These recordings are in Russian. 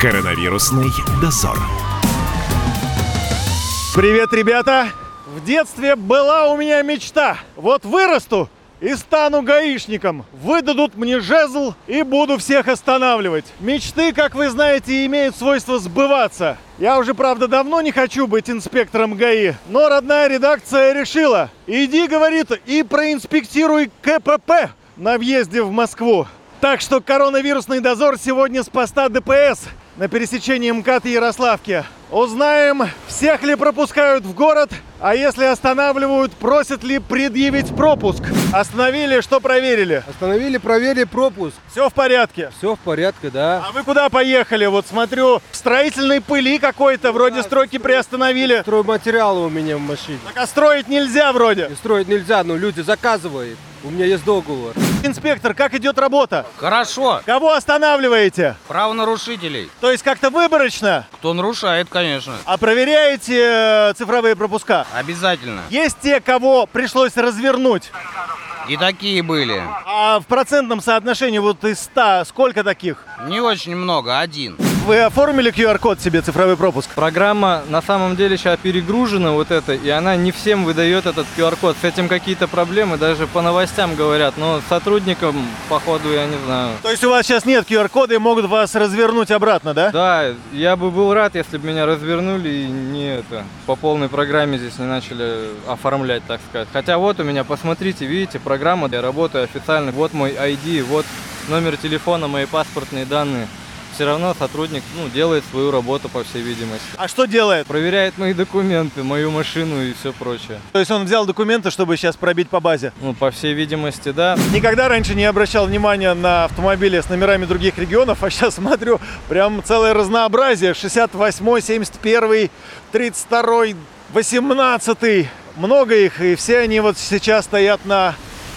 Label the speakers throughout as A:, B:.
A: Коронавирусный дозор.
B: Привет, ребята! В детстве была у меня мечта. Вот вырасту и стану гаишником. Выдадут мне жезл и буду всех останавливать. Мечты, как вы знаете, имеют свойство сбываться. Я уже, правда, давно не хочу быть инспектором ГАИ, но родная редакция решила. Иди, говорит, и проинспектируй КПП на въезде в Москву. Так что коронавирусный дозор сегодня с поста ДПС на пересечении МКАД и Ярославки. Узнаем, всех ли пропускают в город, а если останавливают, просят ли предъявить пропуск. Остановили, что проверили?
C: Остановили, проверили пропуск.
B: Все в порядке.
C: Все в порядке, да.
B: А вы куда поехали? Вот смотрю, в строительной пыли какой-то, вроде стройки приостановили.
C: Стройматериалы у меня в машине.
B: Так а строить нельзя вроде.
C: И строить нельзя, но люди заказывают. У меня есть договор.
B: Инспектор, как идет работа?
D: Хорошо,
B: Кого останавливаете?
D: правонарушителей.
B: То есть как-то выборочно?
D: Кто нарушает, конечно.
B: А проверяете э, цифровые пропуска?
D: Обязательно.
B: Есть те, кого пришлось развернуть.
D: И такие были.
B: А в процентном соотношении вот из 100 сколько таких?
D: Не очень много, один.
B: Вы оформили QR-код себе, цифровой пропуск?
E: Программа на самом деле сейчас перегружена вот это, и она не всем выдает этот QR-код. С этим какие-то проблемы, даже по новостям говорят, но сотрудникам, походу, я не знаю.
B: То есть у вас сейчас нет QR-кода и могут вас развернуть обратно, да?
E: Да, я бы был рад, если бы меня развернули и не это, по полной программе здесь не начали оформлять, так сказать. Хотя вот у меня, посмотрите, видите, программа, я работаю официально, вот мой ID, вот номер телефона, мои паспортные данные. Все равно сотрудник ну, делает свою работу, по всей видимости.
B: А что делает?
E: Проверяет мои документы, мою машину и все прочее.
B: То есть он взял документы, чтобы сейчас пробить по базе.
E: Ну, по всей видимости, да.
B: Никогда раньше не обращал внимания на автомобили с номерами других регионов, а сейчас смотрю, прям целое разнообразие. 68, 71, 32, 18. Много их, и все они вот сейчас стоят на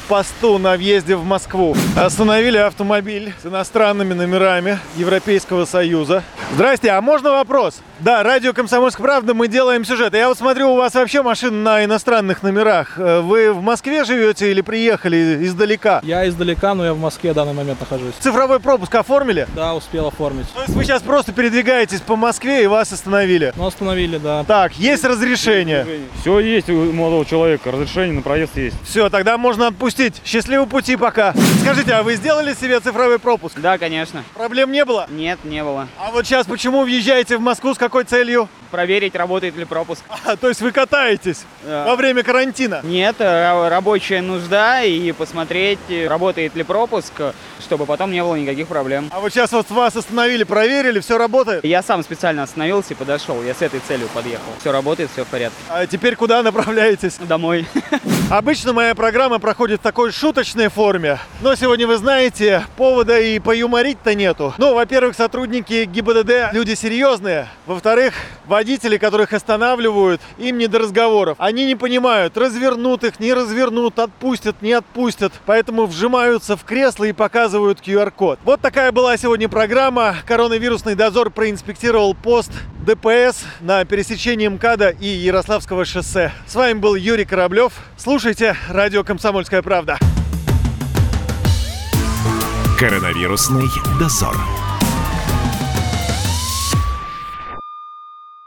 B: посту на въезде в Москву. Остановили автомобиль с иностранными номерами Европейского Союза. Здрасте, а можно вопрос? Да, радио «Комсомольск. Правда» мы делаем сюжет. Я вот смотрю, у вас вообще машины на иностранных номерах. Э, Вы в Москве живете или приехали издалека?
F: Я издалека, но я в Москве в данный момент нахожусь.
B: Цифровой пропуск оформили?
F: Да, успел оформить.
B: То есть вы сейчас просто передвигаетесь по Москве и вас остановили?
F: Но Ну, остановили, да.
B: Так, есть разрешение.
G: Все есть у молодого человека, разрешение на проезд есть.
B: Все, тогда можно отпустить. Счастливого пути пока. Скажите, а вы сделали себе цифровой пропуск?
H: Да, конечно.
B: Проблем не было?
H: Нет, не было.
B: А вот сейчас почему въезжаете в Москву, с какой целью?
H: Проверить, работает ли пропуск.
B: А, то есть вы катаетесь
H: Да.
B: во время карантина?
H: Нет, ра- рабочая нужда и посмотреть, э, работает ли пропуск, э, чтобы потом не было никаких проблем.
B: А вот сейчас вот вас остановили, проверили, все работает?
H: Я сам специально остановился и подошел. Я с этой целью подъехал. Все работает, все в порядке.
B: А теперь куда направляетесь?
H: Домой.
B: Обычно моя программа проходит в такой шуточной форме, но сегодня, вы знаете, повода и поюморить-то нету. Ну, во-первых, сотрудники ГИБДД люди серьезные, во-вторых, водители, которых останавливают, им не до разговоров. Они не понимают, развернут их, не развернут, отпустят, не отпустят, поэтому вжимаются в кресло и показывают QR-код. Вот такая была сегодня программа. Коронавирусный дозор проинспектировал пост ДПС на пересечении МКАДа и Ярославского шоссе. С вами был Юрий Кораблев. Слушайте радио «Комсомольская правда».
A: Коронавирусный дозор.